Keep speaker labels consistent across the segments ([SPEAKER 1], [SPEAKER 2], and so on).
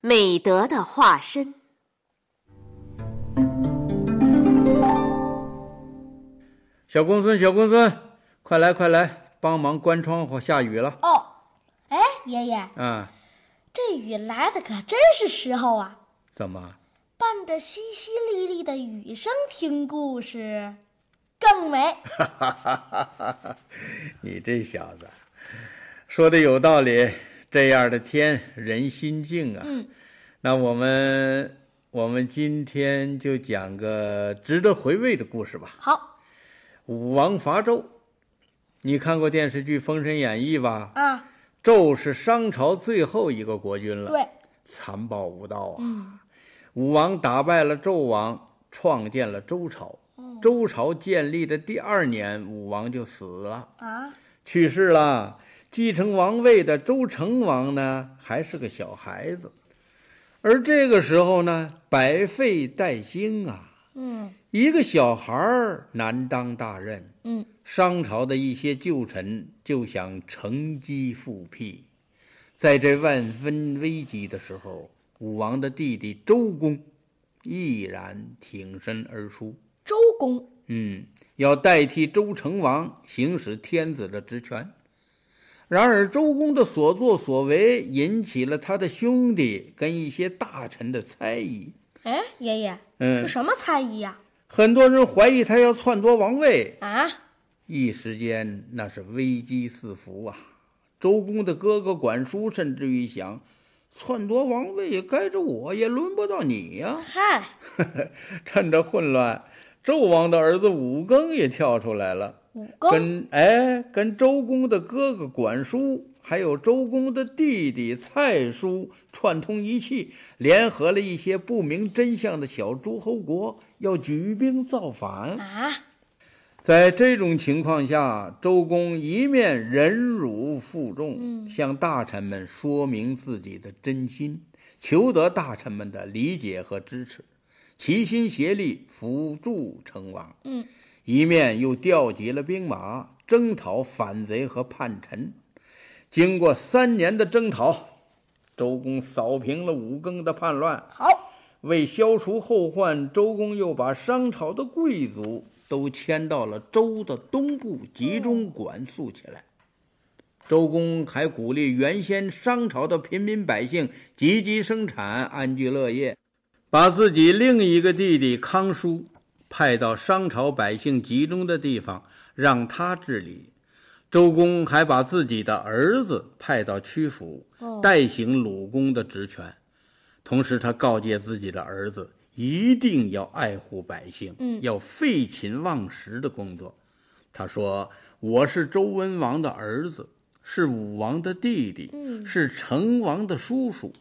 [SPEAKER 1] 美德的化身。
[SPEAKER 2] 小公孙，小公孙，快来快来，帮忙关窗户，下雨了。
[SPEAKER 3] 哦，哎，爷爷，
[SPEAKER 2] 啊，
[SPEAKER 3] 这雨来的可真是时候啊！
[SPEAKER 2] 怎么？
[SPEAKER 3] 伴着淅淅沥沥的雨声听故事，更美。
[SPEAKER 2] 你这小子说的有道理，这样的天人心静啊。
[SPEAKER 3] 嗯，
[SPEAKER 2] 那我们我们今天就讲个值得回味的故事吧，
[SPEAKER 3] 好
[SPEAKER 2] 《武王伐纣》。你看过电视剧《封神演义》吧？
[SPEAKER 3] 啊，
[SPEAKER 2] 纣是商朝最后一个国君了，
[SPEAKER 3] 对，
[SPEAKER 2] 残暴无道啊。
[SPEAKER 3] 嗯，
[SPEAKER 2] 武王打败了纣王，创建了周朝。周朝建立的第二年，武王就死了，
[SPEAKER 3] 啊，
[SPEAKER 2] 去世了。继承王位的周成王呢，还是个小孩子。而这个时候呢，百废待兴啊，
[SPEAKER 3] 嗯
[SPEAKER 2] 一个小孩儿难当大任。
[SPEAKER 3] 嗯，
[SPEAKER 2] 商朝的一些旧臣就想乘机复辟。在这万分危急的时候，武王的弟弟周公毅然挺身而出，
[SPEAKER 3] 周公，
[SPEAKER 2] 嗯，要代替周成王行使天子的职权。然而，周公的所作所为引起了他的兄弟跟一些大臣的猜疑。
[SPEAKER 3] 哎，爷爷，
[SPEAKER 2] 嗯
[SPEAKER 3] 这，什么猜疑呀、
[SPEAKER 2] 很多人怀疑他要篡夺王位，
[SPEAKER 3] 啊？
[SPEAKER 2] 一时间那是危机四伏啊！周公的哥哥管叔甚至于想，篡夺王位也该着我，也轮不到你呀、
[SPEAKER 3] 嗨，
[SPEAKER 2] 趁着混乱，纣王的儿子武庚也跳出来了，
[SPEAKER 3] 武功，
[SPEAKER 2] 跟哎跟周公的哥哥管叔，还有周公的弟弟蔡叔串通一气，联合了一些不明真相的小诸侯国，要举兵造反。
[SPEAKER 3] 啊，
[SPEAKER 2] 在这种情况下，周公一面忍辱负重，
[SPEAKER 3] 嗯
[SPEAKER 2] 向大臣们说明自己的真心，求得大臣们的理解和支持，齐心协力辅助成王；
[SPEAKER 3] 嗯
[SPEAKER 2] 一面又调集了兵马，征讨反贼和叛臣。经过三年的征讨，周公扫平了武庚的叛乱，
[SPEAKER 3] 好，
[SPEAKER 2] 为消除后患，周公又把商朝的贵族都迁到了周的东部，集中管束起来。周公还鼓励原先商朝的平民百姓积极生产，安居乐业，把自己另一个弟弟康叔派到商朝百姓集中的地方，让他治理。周公还把自己的儿子派到曲阜
[SPEAKER 3] 哦，
[SPEAKER 2] 代行鲁公的职权。同时，他告诫自己的儿子一定要爱护百姓，
[SPEAKER 3] 嗯
[SPEAKER 2] 要废寝忘食的工作。他说：“我是周文王的儿子，是武王的弟弟，
[SPEAKER 3] 嗯
[SPEAKER 2] 是成王的叔叔。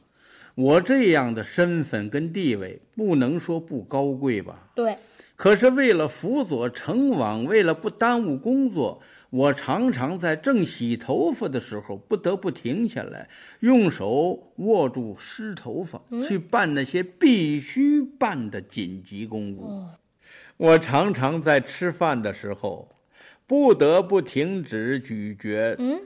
[SPEAKER 2] 我这样的身份跟地位，不能说不高贵吧？
[SPEAKER 3] 对，
[SPEAKER 2] 可是为了辅佐成王，为了不耽误工作，我常常在正洗头发的时候不得不停下来，用手握住湿头发，去办那些必须办的紧急公务。我常常在吃饭的时候，不得不停止咀嚼，
[SPEAKER 3] 嗯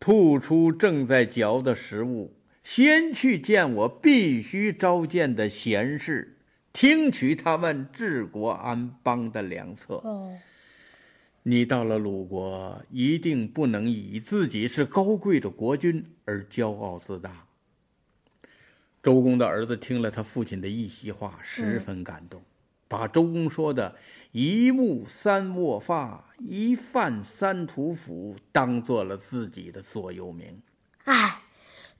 [SPEAKER 2] 吐出正在嚼的食物，先去见我必须召见的贤士，听取他们治国安邦的良策。
[SPEAKER 3] 哦，
[SPEAKER 2] 你到了鲁国，一定不能以自己是高贵的国君而骄傲自大。周公的儿子听了他父亲的一席话，十分感动，把周公说的“一目三握发，一饭三吐腐”当做了自己的座右铭。
[SPEAKER 3] 哎，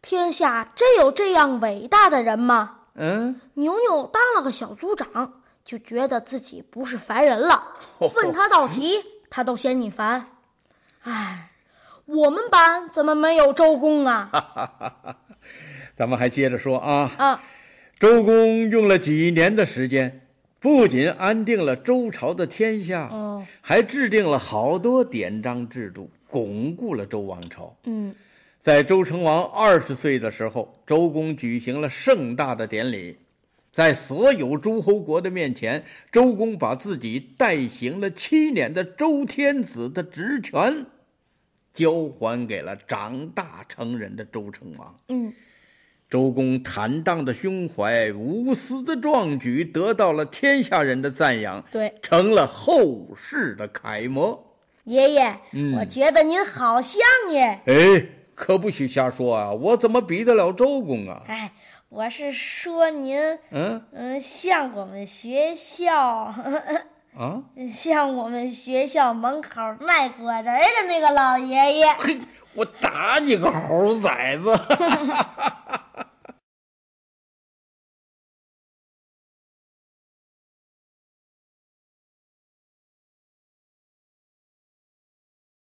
[SPEAKER 3] 天下真有这样伟大的人吗？
[SPEAKER 2] 嗯，
[SPEAKER 3] 牛牛当了个小组长，就觉得自己不是凡人了。问他道题，他都嫌你烦。唉，我们班怎么没有周公啊？
[SPEAKER 2] 咱们还接着说啊。
[SPEAKER 3] 啊，
[SPEAKER 2] 周公用了几年的时间，不仅安定了周朝的天下，
[SPEAKER 3] 哦
[SPEAKER 2] 还制定了好多典章制度，巩固了周王朝。
[SPEAKER 3] 嗯，
[SPEAKER 2] 在周成王二十岁的时候，周公举行了盛大的典礼，在所有诸侯国的面前，周公把自己代行了七年的周天子的职权，交还给了长大成人的周成王。
[SPEAKER 3] 嗯，
[SPEAKER 2] 周公坦荡的胸怀、无私的壮举，得到了天下人的赞扬，
[SPEAKER 3] 对，
[SPEAKER 2] 成了后世的楷模。
[SPEAKER 3] 爷爷，我觉得您好像耶。
[SPEAKER 2] 哎，可不许瞎说啊！我怎么比得了周公啊？
[SPEAKER 3] 哎，我是说您，
[SPEAKER 2] 嗯
[SPEAKER 3] 嗯，像我们学校，
[SPEAKER 2] 啊，
[SPEAKER 3] 像我们学校门口卖果仁儿的那个老爷爷。
[SPEAKER 2] 嘿，我打你个猴崽子！